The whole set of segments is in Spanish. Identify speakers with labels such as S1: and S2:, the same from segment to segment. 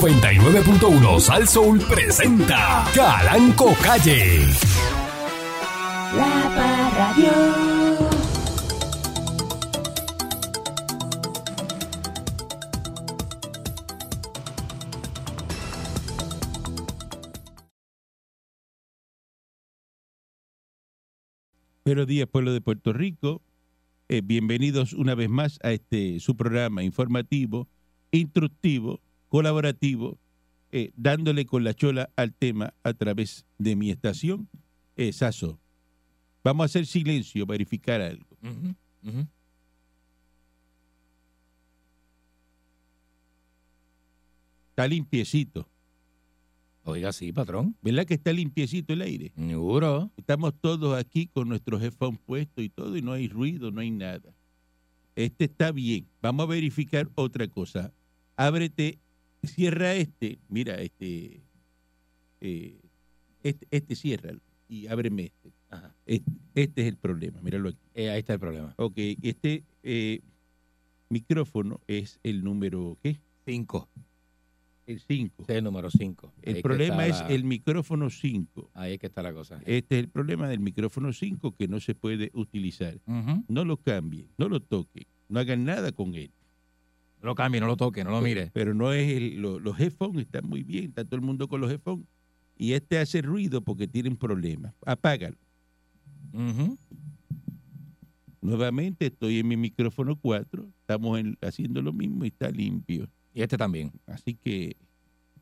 S1: 99.1 Sal Soul presenta Calanco Calle.
S2: La Parradio.
S3: Buenos días, pueblo de Puerto Rico. Eh, bienvenidos una vez más a este su programa informativo, instructivo, colaborativo, eh, dándole con la chola al tema a través de mi estación, eh, Saso. Vamos a hacer silencio, verificar algo.
S4: Ujú, ujú.
S3: Está limpiecito.
S4: Oiga, sí, patrón.
S3: ¿Verdad que está limpiecito el aire?
S4: Seguro.
S3: Estamos todos aquí con nuestros headphones puestos y todo, y no hay ruido, no hay nada. Este está bien. Vamos a verificar otra cosa. Ábrete, cierra este. Mira, este. eh, este, este ciérralo y ábreme este.
S4: Ajá.
S3: este. Este es el problema, míralo aquí.
S4: Eh, ahí está el problema.
S3: Ok, este eh, micrófono es el número, ¿qué?
S4: Cinco.
S3: El 5.
S4: Ese es el número cinco.
S3: El
S4: Ahí que
S3: problema es
S4: está la-
S3: el micrófono 5.
S4: Ahí es que está la cosa.
S3: Este es el problema del micrófono 5 que no se puede utilizar.
S4: Ujú.
S3: no lo cambien, no lo toquen, no hagan nada con él.
S4: No lo cambie, no lo toque, no lo mire.
S3: Pero no es el- lo- los headphones están muy bien, está todo el mundo con los headphones. Y este hace ruido porque tiene un problema. Apágalo.
S4: Ujú.
S3: Nuevamente estoy en mi micrófono 4, estamos en- haciendo lo mismo y está limpio.
S4: Y este también.
S3: Así que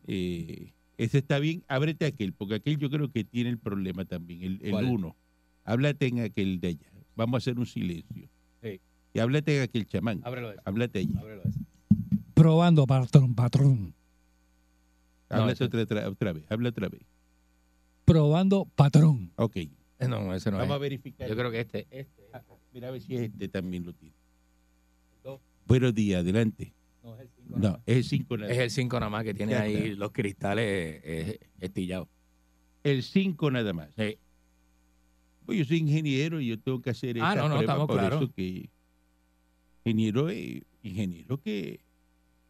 S3: eh, ese está bien, ábrete aquel, porque aquel yo creo que tiene el problema también, el, el
S4: ¿Cuál?
S3: uno. Háblate en aquel de allá. Vamos a hacer un silencio.
S4: Sí.
S3: Y háblate en aquel chamán.
S4: Ábrelo ese.
S3: Háblate allí.
S4: Ábrelo ese.
S5: Probando, patrón, patrón.
S4: No,
S3: Háblate
S4: ese-
S3: otra, otra- otra vez, habla otra vez.
S5: Probando, patrón.
S3: Ok,
S4: Eh, No, ese no
S3: vamos a
S4: es.
S3: verificar.
S4: Yo creo que este, este
S3: Ah, Mira a ver si este también lo tiene.
S4: Dos.
S3: Buenos días, adelante.
S4: no es el 5.
S3: No, es el 5
S4: Es
S3: nada,
S4: el 5 nada más que tiene
S3: Ya
S4: ahí
S3: está.
S4: los cristales eh, eh, estillados.
S3: el 5 nada más.
S4: Sí.
S3: Pues yo soy ingeniero y yo tengo que hacer
S4: Ah,
S3: estas
S4: no, no,
S3: pruebas,
S4: estamos
S3: por
S4: claros.
S3: eso que ingeniero es- ingeniero que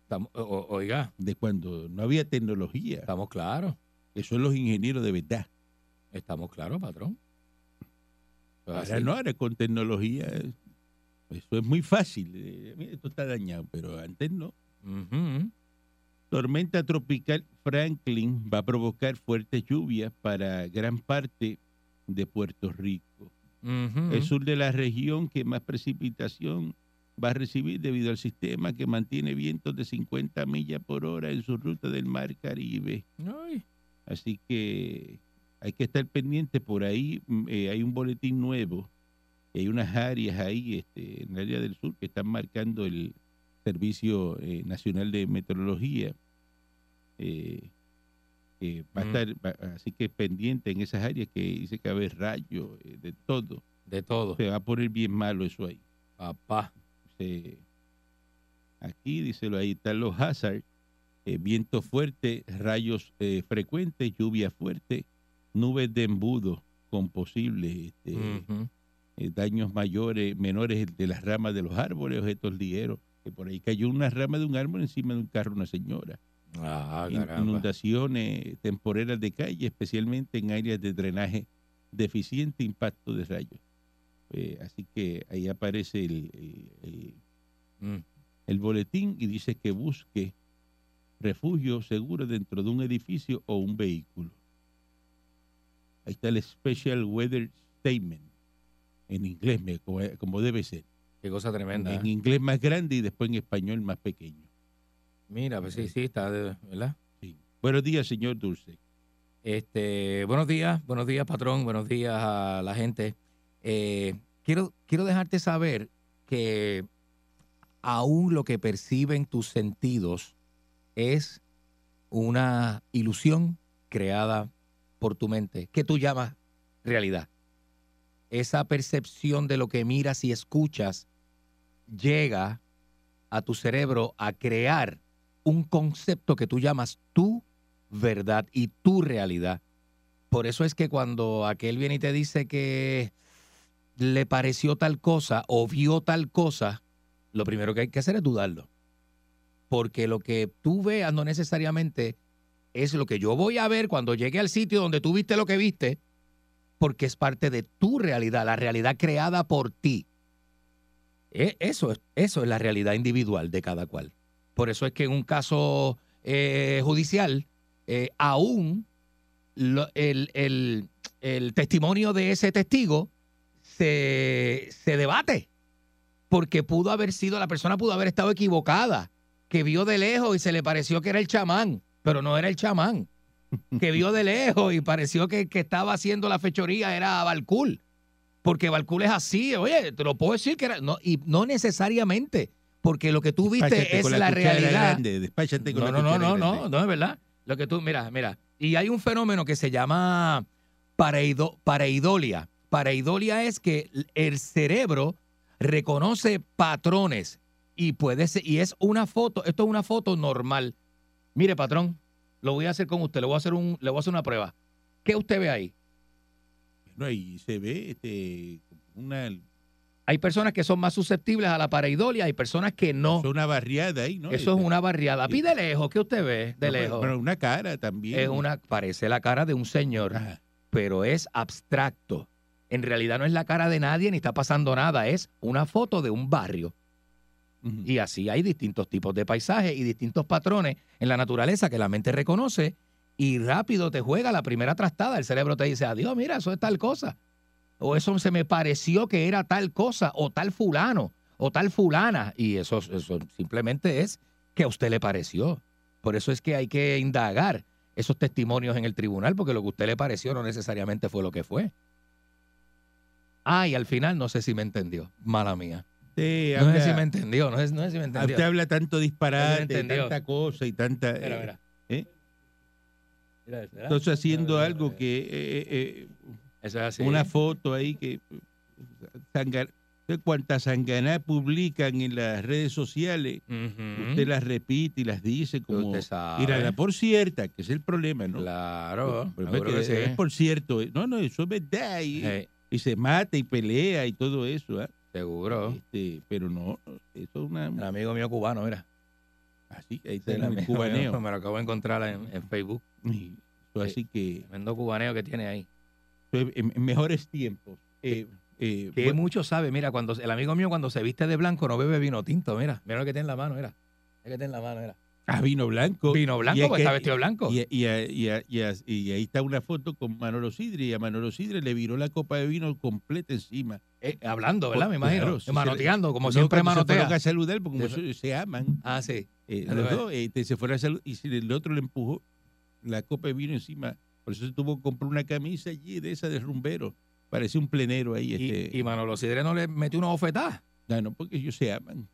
S4: Estamos- o- o- oiga,
S3: de cuando no había tecnología,
S4: estamos claros.
S3: que son los ingenieros de verdad.
S4: Estamos claros, patrón. Pues
S3: Ahora
S4: así.
S3: no, ahora con tecnología eh, eso es muy fácil. Eh, mira, esto está dañado, pero antes no.
S4: Ujú.
S3: Tormenta tropical Franklin va a provocar fuertes lluvias para gran parte de Puerto Rico.
S4: Ujú.
S3: El sur de la región que más precipitación va a recibir debido al sistema que mantiene vientos de 50 millas por hora en su ruta del Mar Caribe.
S4: Ay.
S3: Así que hay que estar pendiente por ahí. mm, eh, hay un boletín nuevo. y hay unas áreas ahí este, en el área del sur que están marcando el Servicio eh, Nacional de Meteorología. Eh, eh, va a
S4: Mm.
S3: estar, va- así que pendiente en esas áreas que dice que va a haber rayos, eh, de todo.
S4: De todo.
S3: Se va a poner bien malo eso ahí.
S4: Papá.
S3: Se- aquí, díselo, ahí están los hazards, eh, viento fuerte, rayos eh, frecuentes, lluvia fuerte, nubes de embudo con posibles este,
S4: Ujú.
S3: eh, daños mayores, menores de las ramas de los árboles, objetos ligeros, que por ahí cayó una rama de un árbol encima de un carro, una señora.
S4: Ah,
S3: In-
S4: caramba.
S3: Inundaciones temporeras de calle, especialmente en áreas de drenaje deficiente, impacto de rayos. Eh, así que ahí aparece el- el- el
S4: Mm.
S3: el boletín y dice que busque refugio seguro dentro de un edificio o un vehículo. Ahí está el Special Weather Statement, en inglés, me- como, como debe ser.
S4: Qué cosa tremenda.
S3: En inglés más grande y después en español más pequeño.
S4: Mira, pues sí, sí, está, de- ¿verdad?
S3: Sí. Buenos días, señor Dulce.
S4: Este, buenos días, buenos días, patrón, buenos días a la gente. Eh, quiero, quiero dejarte saber que aún lo que perciben tus sentidos es una ilusión creada por tu mente, que tú llamas realidad. Esa percepción de lo que miras y escuchas llega a tu cerebro a crear un concepto que tú llamas tu verdad y tu realidad. Por eso es que cuando aquel viene y te dice que le pareció tal cosa o vio tal cosa, lo primero que hay que hacer es dudarlo. porque lo que tú veas no necesariamente es lo que yo voy a ver cuando llegue al sitio donde tú viste lo que viste, porque es parte de tu realidad, la realidad creada por ti. E- Eso es, eso es la realidad individual de cada cual. Por eso es que en un caso eh, judicial, eh, aún lo- el, el- el testimonio de ese testigo se, se debate, porque pudo haber sido, la persona pudo haber estado equivocada, que vio de lejos y se le pareció que era el chamán, pero no era el chamán, que vio de lejos y pareció que el que estaba haciendo la fechoría era Balcul, porque Balcul es así, oye, te lo puedo decir que era, no, y no necesariamente, porque lo que tú viste
S3: Despáchate
S4: es
S3: con
S4: la,
S3: cuchara
S4: realidad.
S3: grande, despáchate con la
S4: No, no, no,
S3: cuchara
S4: no,
S3: grande.
S4: no, no, es verdad. Lo que tú, mira, mira. Y hay un fenómeno que se llama pareido, pareidolia. Pareidolia es que l- el cerebro reconoce patrones y puede ser, y es una foto, esto es una foto normal. Mire, patrón, lo voy a hacer con usted, le voy a hacer un, le voy a hacer una prueba. ¿Qué usted ve ahí?
S3: No, ahí se ve este, una,
S4: Hay personas que son más susceptibles a la pareidolia, hay personas que no.
S3: una barriada ahí, ¿no?
S4: Eso es una barriada.
S3: Sí.
S4: Pide lejos, ¿qué usted ve de
S3: No, pero-
S4: lejos?
S3: Pero una cara también.
S4: Es una, parece la cara de un señor.
S3: Ajá.
S4: pero es abstracto. En realidad no es la cara de nadie ni está pasando nada, es una foto de un barrio.
S3: Ujú.
S4: Y así hay distintos tipos de paisajes y distintos patrones en la naturaleza que la mente reconoce y rápido te juega la primera trastada. El cerebro te dice, adiós, mira, eso es tal cosa. O eso se me pareció que era tal cosa, o tal fulano, o tal fulana. Y eso, eso simplemente es que a usted le pareció. Por eso es que hay que indagar esos testimonios en el tribunal, porque lo que a usted le pareció no necesariamente fue lo que fue. Ay, al final no sé si me entendió. Mala mía.
S3: Usted
S4: No
S3: habla,
S4: sé si me entendió, no sé, no sé si me entendió.
S3: usted habla tanto
S4: No se
S3: disparate,
S4: entendió.
S3: tanta cosa y tanta...
S4: Mira,
S3: eh,
S4: mira.
S3: ¿eh?
S4: Mira, mira.
S3: Entonces haciendo
S4: Mira, mira,
S3: algo
S4: mira.
S3: que... eh, eh, eh,
S4: Eso es así.
S3: Una foto ahí que... eh, sangar- Usted cuántas sanganá publican en las redes sociales,
S4: Ujú.
S3: usted las repite y las dice como...
S4: Mm. Usted sabe.
S3: Y la da por cierta, que es el problema, ¿no?
S4: Claro.
S3: Pero
S4: Oh, seguro
S3: es
S4: que
S3: que
S4: sí.
S3: es por cierto. eh, No, no, eso es verdad. Y,
S4: Eh,
S3: y se mata y pelea y todo eso. ¿ah?
S4: seguro.
S3: Este, pero no, eso es
S4: El
S3: una...
S4: amigo mío cubano, mira.
S3: Así, ahí
S4: El
S3: está el
S4: amigo mío,
S3: cubaneo.
S4: Me lo acabo de encontrar en, en Facebook.
S3: Y
S4: Eh,
S3: eso así que
S4: Tremendo cubaneo que tiene ahí.
S3: eso es en en mejores tiempos. Eh, eh,
S4: Que
S3: bueno,
S4: mucho sabe, mira, cuando el amigo mío cuando se viste de blanco no bebe vino tinto, mira. Mira lo que tiene en la mano, mira. Mira lo que tiene en la mano, mira.
S3: ah, vino blanco.
S4: Vino
S3: Y
S4: blanco,
S3: es
S4: porque
S3: que-
S4: está vestido de blanco.
S3: Y, y- y- y- y- y ahí está una foto con Manolo Sidre y a Manolo Sidre le viró la copa de vino completa encima.
S4: Eh, hablando, ¿verdad? Me
S3: Claro,
S4: imagino.
S3: sí, se-
S4: manoteando, como
S3: No,
S4: siempre
S3: cuando se fueron
S4: manotea.
S3: a saludar porque como
S4: Se-
S3: se- se aman.
S4: Ah, sí.
S3: Eh,
S4: Al
S3: los
S4: revés.
S3: dos, este, se fueron a salud y si el otro le empujó la copa de vino encima. Por eso se tuvo que comprar una camisa allí de esa de rumbero. Parecía un plenero ahí.
S4: Y,
S3: Este,
S4: y Manolo Sidre no le metió una bofetada.
S3: Ah, no, porque ellos se aman.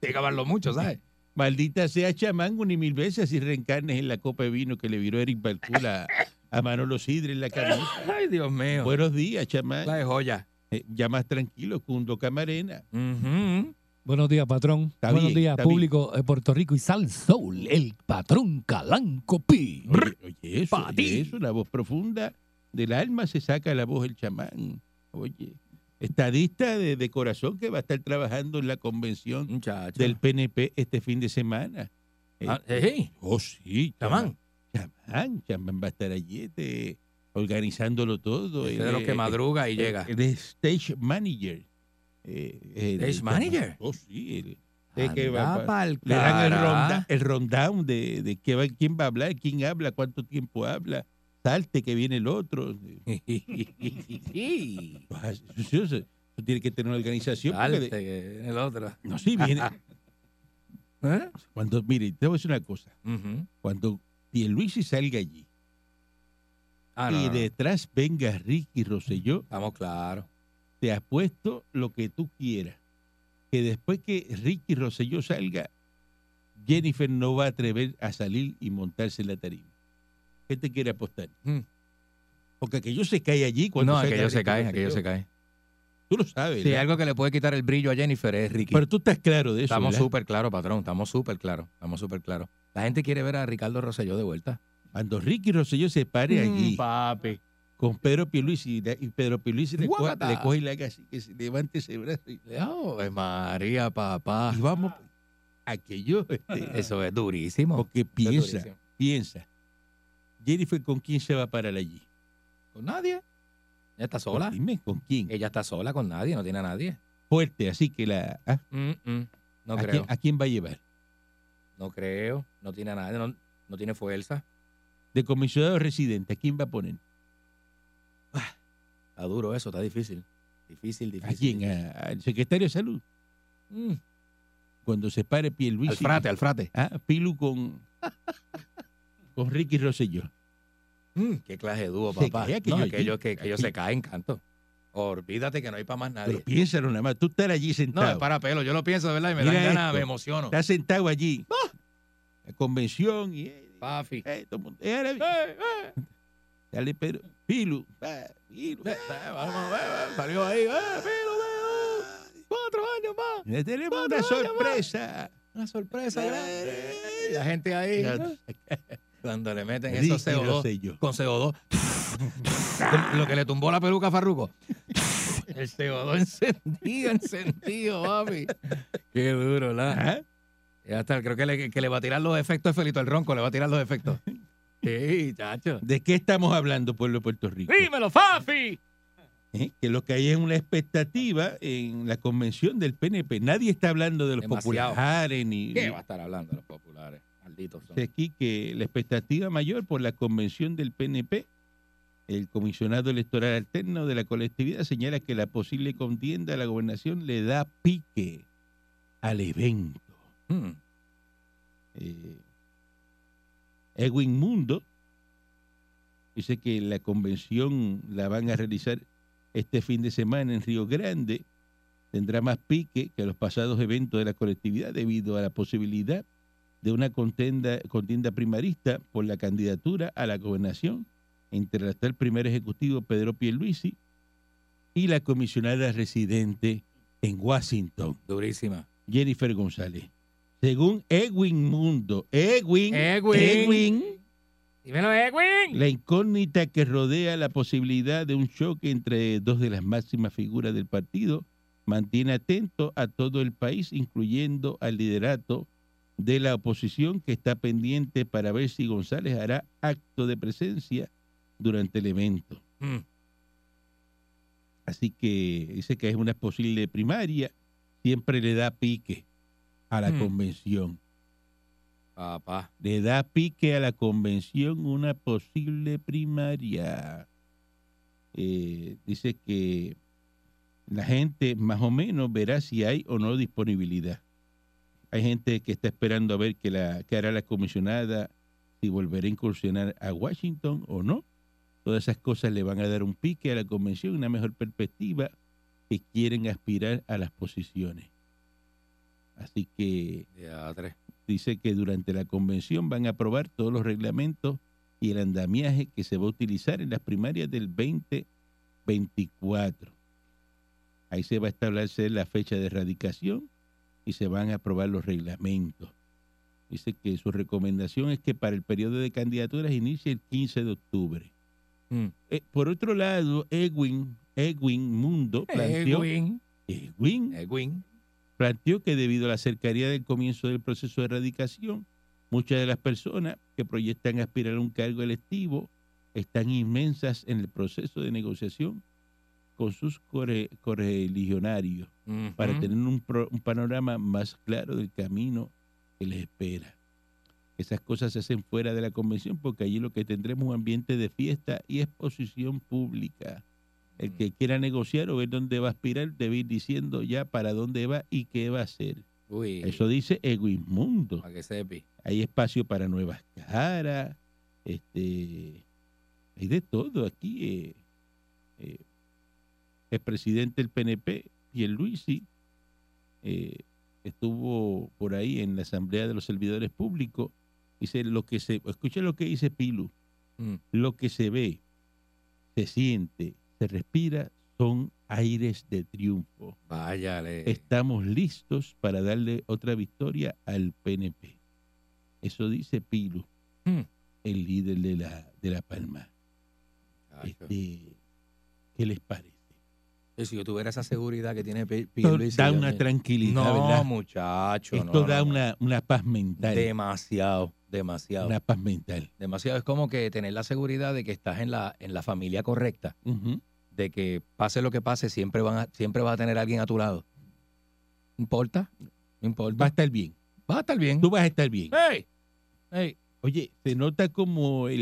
S4: Tiene que hablarlo mucho, ¿sabes?
S3: Maldita sea chamango ni mil veces si reencarnes en la copa de vino que le viró Eric Balcul a, a Manolo Sidre en la camisa.
S4: Ay, Dios mío.
S3: Buenos días, chamán.
S4: la de joya.
S3: Eh, ya más tranquilo, Cundo Camarena.
S4: Ujú.
S5: Buenos días, patrón.
S3: Está
S5: Buenos
S3: bien,
S5: días,
S3: está
S5: público de Puerto Rico y Sal Soul, el patrón Calanco Pi.
S3: Oye, oye, eso,
S5: Pa'
S3: oye,
S5: ti.
S3: eso, la voz profunda del alma se saca la voz del chamán. Oye, estadista de, de corazón que va a estar trabajando en la convención
S4: Muchacho.
S3: del PNP este fin de semana. Eh,
S4: Mm, Ah, eh, sí.
S3: Oh, sí,
S4: Chamán.
S3: Chamán, chamán va a estar allí este, organizándolo todo.
S4: Ese
S3: Él
S4: de los
S3: es-
S4: que madruga y eh,
S3: él-
S4: llega.
S3: él es stage manager. Eh, eh,
S4: ¿Stage
S3: chamán.
S4: manager? Ah,
S3: Oh, sí. él- es
S4: Anda
S3: que va- va-
S4: pa'l
S3: le dan el,
S4: cara.
S3: ronda, el rundown de, de qué va, quién va a hablar, quién habla, cuánto tiempo habla, salte que viene el otro.
S4: Sí.
S3: Eso, eso- eso- eso tiene que tener una organización. porque
S4: Salte,
S3: de-
S4: que viene el otro.
S3: no, sí, viene.
S4: ¿Eh?
S3: Cuando, mire, te voy a decir una cosa.
S4: Ujú.
S3: Cuando Pierluisi salga allí
S4: Ah, no,
S3: y
S4: no, no.
S3: detrás venga Ricky Rosselló,
S4: Estamos claros.
S3: te apuesto lo que tú quieras. Que después que Ricky Rosselló salga, Jennifer no va a atrever a salir y montarse en la tarima. ¿Qué te quiere apostar?
S4: Mm.
S3: Porque aquello se cae allí cuando
S4: No,
S3: salga
S4: aquello se
S3: Ricky
S4: cae,
S3: Rosselló.
S4: aquello se cae.
S3: Tú lo sabes.
S4: Si hay
S3: ¿verdad?
S4: algo que le puede quitar el brillo a Jennifer es Ricky.
S3: Pero tú estás claro de eso.
S4: estamos
S3: ¿verdad?
S4: súper claros, patrón. Estamos súper claros. Estamos súper claros. La gente quiere ver a Ricardo Rosselló de vuelta.
S3: Cuando Ricky Rosselló se pare
S4: Hmm,
S3: allí
S4: papi.
S3: con Pedro Pierluisi y la- y Pedro Pierluisi le, coja-
S4: Guácata.
S3: le coge y le haga así, que se levante ese brazo y,
S4: María, papá.
S3: y vamos. aquello. este,
S4: Eso es durísimo.
S3: porque
S4: Eso es
S3: piensa,
S4: durísimo.
S3: piensa. Jennifer, ¿con quién se va a parar allí?
S4: Con nadie. Ella está sola.
S3: Dime, ¿con quién?
S4: Ella está sola con nadie, no tiene a nadie.
S3: Fuerte, así que la... ah,
S4: Mm, mm. No
S3: ¿a,
S4: creo.
S3: quién, a quién va a llevar?
S4: No creo. No tiene a nadie. No, no tiene fuerza.
S3: De comisionado residente, ¿a quién va a poner?
S4: Está duro eso, está difícil. Difícil,
S3: ¿A
S4: difícil.
S3: quién?
S4: difícil.
S3: ¿A- ¿Al secretario de salud?
S4: Mm.
S3: Cuando se pare Pierluisi.
S4: Al frate, al frate.
S3: Ah, Pilu con, con Ricky Rosselló.
S4: Mm, Qué clase de dúo,
S3: Se
S4: papá.
S3: cae aquello
S4: No,
S3: allí,
S4: aquellos que, que ellos se
S3: aquello.
S4: caen, canto. Olvídate que no hay para más nadie.
S3: Pero piénsalo nada más. Tú estás allí
S4: No,
S3: sentado.
S4: es para pelo. Yo lo pienso, de verdad, y me
S3: Mira
S4: dan ganas,
S3: esto.
S4: me emociono.
S3: Estás sentado allí. La convención y... eh,
S4: Pafi.
S3: eh, todo el mundo, eh, ahora- Dale, Pedro. Pilu. ah, Pilu.
S4: Eh, eh, vamos, eh, eh, Salió ahí. eh, Pelo, eh, eh, Cuatro años más.
S3: Le tenemos una sorpresa.
S4: Una sorpresa grande. Y La gente ahí. ¿no? Cuando le meten
S3: Ricky
S4: esos CO2.
S3: Rosselló.
S4: Con CO2. Lo que le tumbó la peluca a Farruco. El CO2 encendido, encendido, papi. Qué duro, la.
S3: Ah,
S4: Ya está, creo que le, que le va a tirar los efectos Felito el Ronco, le va a tirar los efectos. Sí, chacho.
S3: ¿De qué estamos hablando, pueblo de Puerto Rico?
S4: Dímelo, Fafi.
S3: ¿Eh? Que lo que hay es una expectativa en la convención del PNP. Nadie está hablando de los
S4: Demasiado.
S3: populares ni...
S4: ¿Qué
S3: ni-
S4: va a estar hablando los populares? Malditos son.
S3: Dice aquí que la expectativa mayor por la convención del PNP, el comisionado electoral alterno de la colectividad señala que la posible contienda a la gobernación le da pique al evento.
S4: Mm.
S3: Eh, Edwin Mundo dice que la convención la van a realizar este fin de semana en Río Grande. Tendrá más pique que los pasados eventos de la colectividad debido a la posibilidad de una contenda, contienda primarista por la candidatura a la gobernación entre el actual primer ejecutivo Pedro Pierluisi y la comisionada residente en Washington,
S4: Durísima.
S3: Jennifer González. Según Edwin Mundo, Edwin,
S4: Edwin.
S3: Edwin,
S4: Dímelo, Edwin.
S3: la incógnita que rodea la posibilidad de un choque entre dos de las máximas figuras del partido mantiene atento a todo el país, incluyendo al liderato de la oposición que está pendiente para ver si González hará acto de presencia durante el evento.
S4: Mm.
S3: Así que dice que es una posible primaria, siempre le da pique a la
S4: Mm.
S3: convención.
S4: Papá.
S3: le da pique a la convención una posible primaria. Eh, dice que la gente más o menos verá si hay o no disponibilidad. Hay gente que está esperando a ver que, la, que hará la comisionada, si volverá a incursionar a Washington o no. Todas esas cosas le van a dar un pique a la convención, una mejor perspectiva que quieren aspirar a las posiciones. Así que
S4: Diadre.
S3: dice que durante la convención van a aprobar todos los reglamentos y el andamiaje que se va a utilizar en las primarias del 2024. Ahí se va a establecer la fecha de erradicación y se van a aprobar los reglamentos. Dice que su recomendación es que para el periodo de candidaturas inicie el 15 de octubre.
S4: Mm.
S3: Eh, por otro lado, Edwin, Edwin Mundo planteó,
S4: Edwin.
S3: Edwin,
S4: Edwin.
S3: planteó que debido a la cercanía del comienzo del proceso de erradicación, muchas de las personas que proyectan aspirar a un cargo electivo están inmensas en el proceso de negociación con sus corre- correligionarios
S4: Ujú.
S3: para tener un, pro- un panorama más claro del camino que les espera. Esas cosas se hacen fuera de la convención porque allí lo que tendremos es un ambiente de fiesta y exposición pública.
S4: Mm.
S3: El que quiera negociar o ver dónde va a aspirar debe ir diciendo ya para dónde va y qué va a hacer.
S4: Uy.
S3: Eso dice Egoismundo.
S4: Para que sepi.
S3: Hay espacio para nuevas caras, este, hay de todo aquí. eh, eh, el presidente del PNP, Pierluisi, eh, estuvo por ahí en la Asamblea de los Servidores Públicos. Dice lo que se, escucha lo que dice Pilu,
S4: Mm.
S3: lo que se ve, se siente, se respira, son aires de triunfo.
S4: Váyale.
S3: Estamos listos para darle otra victoria al PNP. Eso dice Pilu,
S4: Hmm.
S3: el líder de la, de la Palma.
S4: Chacho.
S3: Este, ¿Qué les parece?
S4: Y si yo tuviera esa seguridad que tiene Pi-
S3: Esto
S4: Pierluisi,
S3: da
S4: Dios
S3: una
S4: mío.
S3: tranquilidad,
S4: No,
S3: ¿verdad?
S4: muchacho. no,
S3: Esto
S4: no,
S3: da
S4: no.
S3: Una, una paz mental.
S4: Demasiado, demasiado.
S3: Una paz mental.
S4: Demasiado. Es como que tener la seguridad de que estás en la, en la familia correcta,
S3: Ujú.
S4: de que pase lo que pase, siempre, van a- siempre vas a tener a alguien a tu lado. ¿No ¿Importa? No
S3: Va a
S4: importa.
S3: estar bien.
S4: Va a estar bien.
S3: Tú vas a estar bien.
S4: ¡Ey! ¡Ey!
S3: Oye, se nota como el,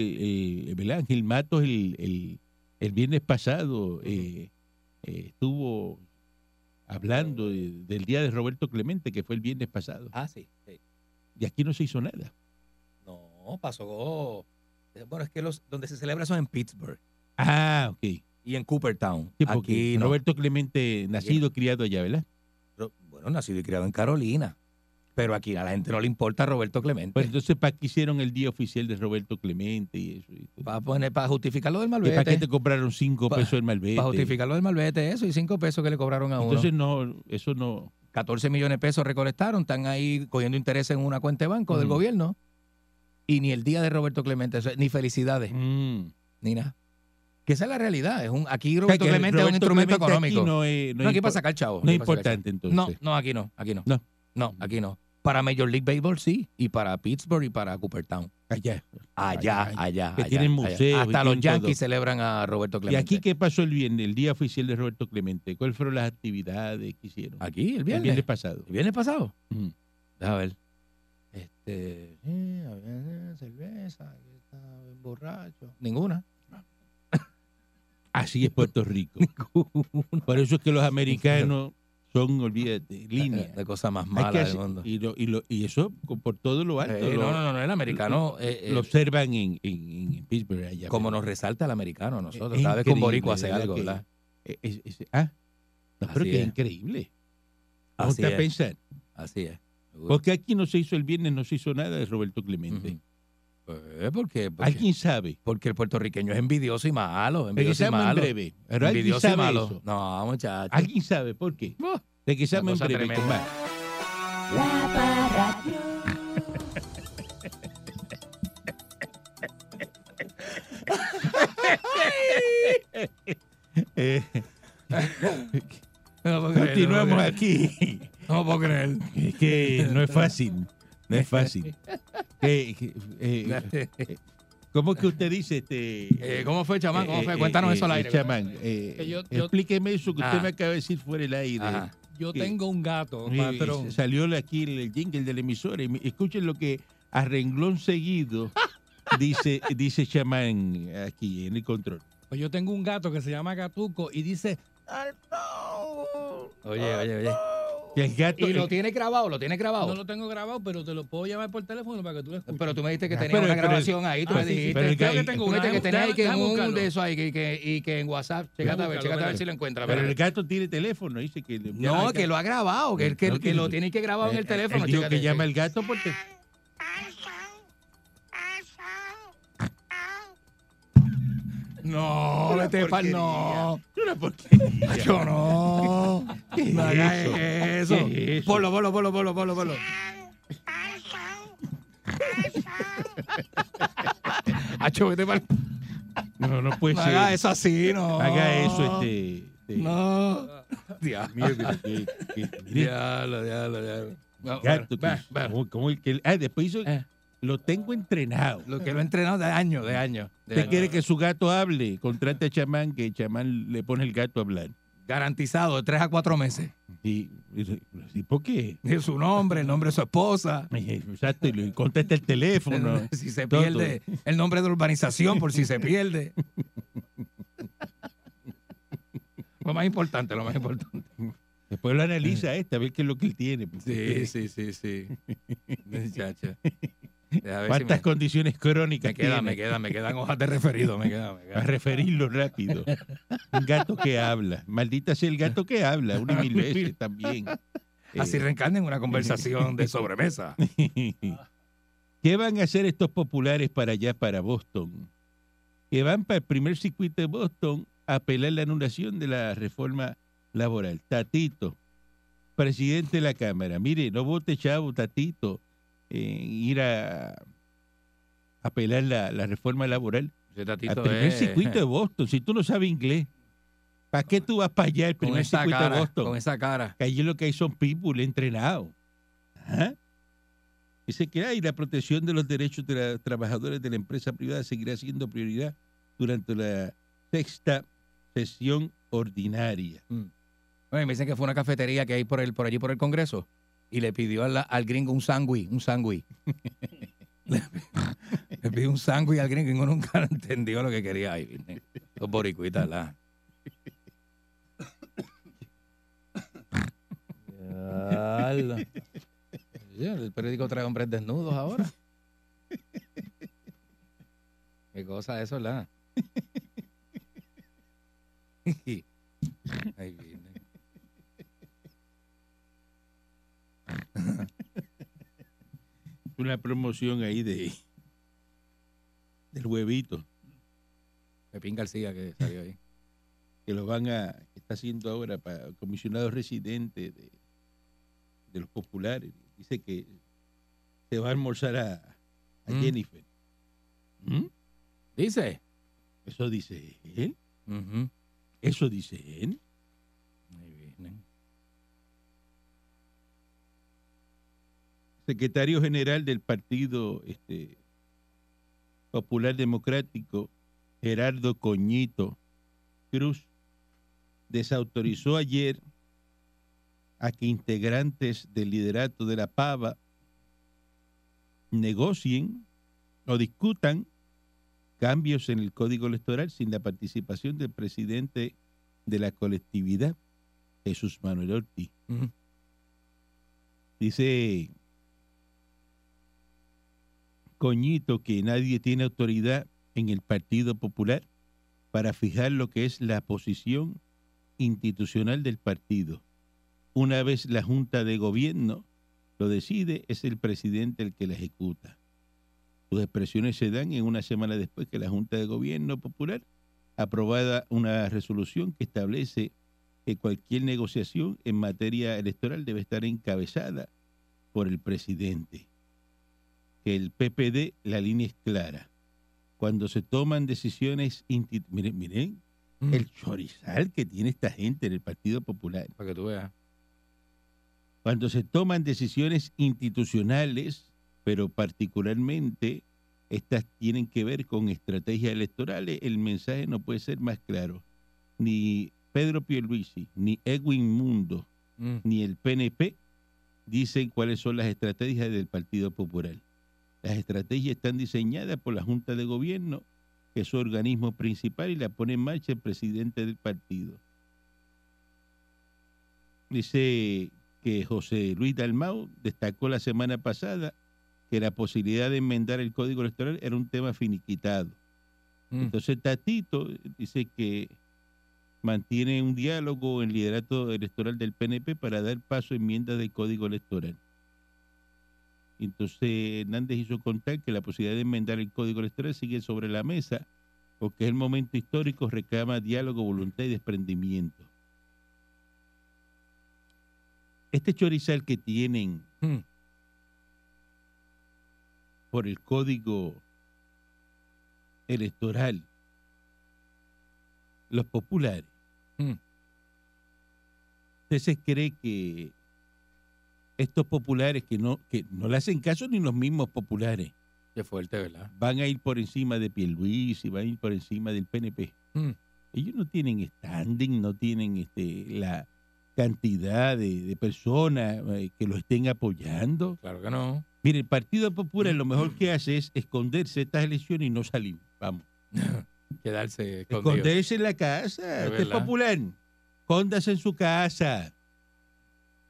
S3: el ¿verdad? Ángel Matos el, el- el viernes pasado eh, eh, estuvo hablando de- del día de Roberto Clemente, que fue el viernes pasado.
S4: Ah, sí. sí.
S3: Y aquí no se hizo nada.
S4: No, pasó. Eh, Bueno, es que los, donde se celebra son en Pittsburgh
S3: Ah, ok. Sí,
S4: y en Coopertown.
S3: porque
S4: Aquí no.
S3: Roberto Clemente, nacido, criado allá, ¿verdad?
S4: Ro- Bueno, nacido y criado en Carolina. Pero aquí a la gente no le importa Roberto Clemente.
S3: Pues entonces, ¿para qué hicieron el día oficial de Roberto Clemente y eso? Y todo?
S4: para, poner, para justificar lo del
S3: ¿Que ¿Para qué
S4: malvete.
S3: te compraron cinco
S4: Pa-
S3: pesos el malvete?
S4: Para justificar lo del malvete, eso, y cinco pesos que le cobraron a uno.
S3: Entonces, no, eso no.
S4: 14 millones de pesos recolectaron, están ahí cogiendo interés en una cuenta de banco del
S3: Ujú.
S4: gobierno. Y ni el día de Roberto Clemente, eso es- ni felicidades,
S3: Mm.
S4: ni nada. Que esa es la realidad. Es un, aquí
S3: O sea,
S4: Roberto
S3: que
S4: Clemente es un
S3: Roberto
S4: instrumento
S3: Clemente aquí
S4: económico.
S3: no, es,
S4: no,
S3: es
S4: aquí
S3: impo-
S4: para sacar chavo.
S3: no es
S4: aquí para sacar
S3: importante,
S4: chavo.
S3: entonces.
S4: No, no, aquí no, aquí no.
S3: No.
S4: No, aquí no. Para Major League Baseball sí, y para Pittsburgh y para Coopertown.
S3: Allá.
S4: Allá,
S3: Allá,
S4: allá, allá.
S3: que tienen
S4: allá.
S3: museos y
S4: Hasta
S3: tienen
S4: los Yankees
S3: todo.
S4: celebran a Roberto
S3: ¿Y
S4: Clemente.
S3: aquí qué pasó el viernes, el día oficial de Roberto Clemente? ¿Cuáles fueron las actividades que hicieron?
S4: Aquí, el
S3: El
S4: viernes.
S3: viernes pasado.
S4: ¿El viernes pasado?
S3: Ujú.
S4: Déjame ver. Este. eh, había, eh, cerveza, aquí está bien borracho. Ninguna.
S3: Así es Puerto Rico. Por eso es que los americanos son, olvídate, línea.
S4: La Eh, cosa más
S3: Hay que
S4: mala del
S3: hacer-
S4: mundo.
S3: Y, lo- y lo- y eso con- por todo lo alto.
S4: Eh,
S3: lo,
S4: no, no, no, no, el americano. eh, eh,
S3: lo observan en, en- en Pittsburgh. allá.
S4: como nos resalta el americano, a nosotros.
S3: Es
S4: Cada vez que un
S3: increíble,
S4: boricua hace
S3: ¿verdad
S4: algo,
S3: que-
S4: ¿verdad?
S3: Eh, es- es- ah, no, pero
S4: Así
S3: que es
S4: es.
S3: increíble.
S4: Así
S3: Ponte a
S4: es,
S3: pensar.
S4: así es. Seguro.
S3: Porque aquí no se hizo el viernes, no se hizo nada de Roberto Clemente.
S4: Pues. Ujú. Eh, ¿Por qué? Porque,
S3: ¿Alguien sabe?
S4: porque el puertorriqueño es envidioso y malo. Envidioso y
S3: Regresamos en
S4: malo.
S3: breve. Pero alguien
S4: Envidioso y
S3: sabe
S4: malo.
S3: eso.
S4: No, muchachos.
S3: ¿Alguien sabe por qué? Regresamos en
S4: Una cosa
S3: breve con
S4: tremenda.
S3: más.
S2: La Parra
S3: Eh,
S4: No puedo creer, no
S3: continuamos
S4: puedo creer.
S3: aquí.
S4: No puedo creer.
S3: Es que no es fácil. No es fácil. Eh, eh, eh, ¿Cómo es que usted dice? Este,
S4: Eh, ¿Cómo fue, chamán? ¿Cómo
S3: eh,
S4: fue?
S3: eh,
S4: Cuéntanos
S3: eh,
S4: eso al
S3: eh,
S4: aire.
S3: chamán, eh,
S5: Que yo- yo-
S3: explíqueme eso que usted
S4: Ah.
S3: me acaba de decir fuera el aire.
S4: Ajá.
S5: Yo
S3: ¿Qué?
S5: tengo un gato,
S3: Eh,
S5: patrón.
S3: salió aquí el, el jingle del emisor. Escuchen lo que a renglón seguido dice, dice chamán aquí en el control.
S5: Pues yo tengo un gato que se llama Gatuco y dice... "Alfredo".
S4: Oye, oye, oye.
S3: Que el gato,
S4: Y lo
S3: el-
S4: tiene grabado, lo tiene
S3: Oh.
S4: grabado.
S5: No lo tengo grabado, pero te lo puedo llamar por teléfono para que tú lo escuches.
S4: pero tú me dijiste que
S3: Ah,
S4: tenías
S3: pero-
S4: una
S3: pero-
S4: grabación ahí, tú
S5: Ah,
S4: me
S5: sí, sí,
S4: dijiste.
S3: pero el
S5: creo
S3: ga-
S5: que tengo
S4: Tú me
S5: una.
S4: dijiste que tenías
S5: Déjame-
S4: ahí que en
S5: déjame
S4: un
S5: buscarlo.
S4: de eso ahí, que, que- y que en WhatsApp. Checate a ver,
S5: Déjame
S4: checate a ver
S5: buscarlo,
S4: si lo encuentras.
S3: pero el
S4: espérate.
S3: gato tiene teléfono. Dice que le-
S4: no, que lo ha grabado, que, que,
S3: No,
S4: que
S3: que-
S4: lo tiene que grabar en
S3: Eh,
S4: el teléfono.
S3: él dijo
S4: chécate.
S3: que llama el gato porque.
S4: No, vete pa'l- no.
S3: Una porquería.
S4: Yo no.
S3: ¿Qué
S4: No hagas
S3: es
S4: eso.
S3: ¿Qué es eso?
S4: Polo, polo, polo, polo, polo, polo. Acho, vete pa'l-
S3: No, no puede
S4: No
S3: ser.
S4: haga eso así, no.
S3: Haga eso, este. este-
S4: No. Diablo,
S3: Mierda, que- que- mire,
S4: diablo, diablo, diablo. No,
S3: gato,
S4: bueno,
S3: que-
S4: bueno, bueno.
S3: como- como el que- ah, después hizo.
S4: Eh.
S3: Lo tengo entrenado.
S4: Lo que lo he entrenado de años, de años. de
S3: Usted
S4: años.
S3: quiere que su gato hable, contrate a chamán, que chamán le pone el gato a hablar.
S4: Garantizado, de tres a cuatro meses.
S3: Y, y- y ¿por qué?
S4: Y su nombre, el nombre de su esposa.
S3: Exacto, y le contesta el teléfono.
S4: si se
S3: todo.
S4: pierde, el nombre de la urbanización por si se pierde. Lo más importante, lo más importante.
S3: Después lo analiza esta, a ver qué es lo que él tiene.
S4: Sí, sí, sí, sí. Muchacha. Deja ver si
S3: ¿Cuántas
S4: me-
S3: condiciones crónicas
S4: me, queda,
S3: tiene?
S4: me queda, me quedan hojas de referido, me queda, me queda.
S3: A referirlo rápido. Un gato que habla. Maldita sea el gato que habla, una y mil veces también. Eh,
S4: Así reencarnen una conversación de sobremesa. Ah.
S3: ¿Qué van a hacer estos populares para allá, para Boston? Que van para el primer circuito de Boston a apelar la anulación de la reforma laboral. Tatito, presidente de la Cámara, mire, no vote chavo, Tatito, en ir a a apelar la, la reforma laboral.
S4: Ese
S3: Al
S4: tatito
S3: primer
S4: es-
S3: circuito de Boston, si tú no sabes inglés. ¿Para qué tú vas para allá el
S4: Con
S3: primer
S4: esa,
S3: circuito de
S4: cara,
S3: Boston?
S4: con esa cara.
S3: que allí lo que hay son people entrenados. Ajá. Dice que hay la protección de los derechos de los trabajadores de la empresa privada seguirá siendo prioridad durante la sexta sesión ordinaria.
S4: Bueno, me dicen que fue una cafetería que hay por, el, por allí por el Congreso y le pidió al, al gringo un sándwich, un sándwich. le, le pidió un sándwich al gringo y uno nunca entendió lo que quería ahí. ¿viste? Los boricuitas, la. Diablo. Ya, El periódico trae hombres desnudos ahora. Qué cosa eso, la. Ahí viene.
S3: Una promoción ahí de del huevito
S4: Pepín García que salió ahí.
S3: que lo van a que está haciendo ahora para comisionados residentes de, de los populares. Dice que se va a almorzar a, a
S4: Mm.
S3: Jennifer. ¿Mm?
S4: Dice.
S3: Eso dice él. Eso dice él.
S4: Ahí viene.
S3: Secretario General del Partido este, Popular Democrático, Gerardo Coñito Cruz, desautorizó ayer a que integrantes del liderato de la PAVA negocien o discutan cambios en el código electoral sin la participación del presidente de la colectividad, Jesús Manuel Ortiz.
S4: Ujú.
S3: Dice Coñito que nadie tiene autoridad en el Partido Popular para fijar lo que es la posición institucional del partido. Una vez la Junta de Gobierno lo decide, es el presidente el que la ejecuta. Sus expresiones se dan en una semana después que la Junta de Gobierno Popular aprobada una resolución que establece que cualquier negociación en materia electoral debe estar encabezada por el presidente. Que el PPD, la línea es clara. Cuando se toman decisiones, insti- miren, miren el chorizal que tiene esta gente en el Partido Popular.
S4: Para que tú veas.
S3: Cuando se toman decisiones institucionales, pero particularmente estas tienen que ver con estrategias electorales, el mensaje no puede ser más claro. Ni Pedro Pierluisi, ni Edwin Mundo,
S4: Mm.
S3: ni el PNP dicen cuáles son las estrategias del Partido Popular. Las estrategias están diseñadas por la Junta de Gobierno, que es su organismo principal, y la pone en marcha el presidente del partido. Dice que José Luis Dalmau destacó la semana pasada que la posibilidad de enmendar el código electoral era un tema finiquitado.
S4: Mm.
S3: Entonces Tatito dice que mantiene un diálogo en liderato electoral del PNP para dar paso a enmiendas del código electoral. Entonces Hernández hizo contar que la posibilidad de enmendar el código electoral sigue sobre la mesa porque el momento histórico reclama diálogo, voluntad y desprendimiento. Este chorizal que tienen
S4: Mm.
S3: por el código electoral los populares.
S4: Mm.
S3: ¿Usted se cree que estos populares que no, que no le hacen caso ni los mismos populares
S4: Qué fuerte, ¿verdad?
S3: van a ir por encima de Pierluisi, van a ir por encima del PNP?
S4: Mm.
S3: Ellos no tienen standing, no tienen este, la cantidad de, de personas eh, que lo estén apoyando.
S4: Claro que no.
S3: Mire, el Partido Popular lo mejor que hace es esconderse estas elecciones y no salir. Vamos.
S4: Quedarse escondido.
S3: Esconderse en la casa.
S4: Es
S3: Usted es
S4: verdad.
S3: popular. Escóndase en su casa.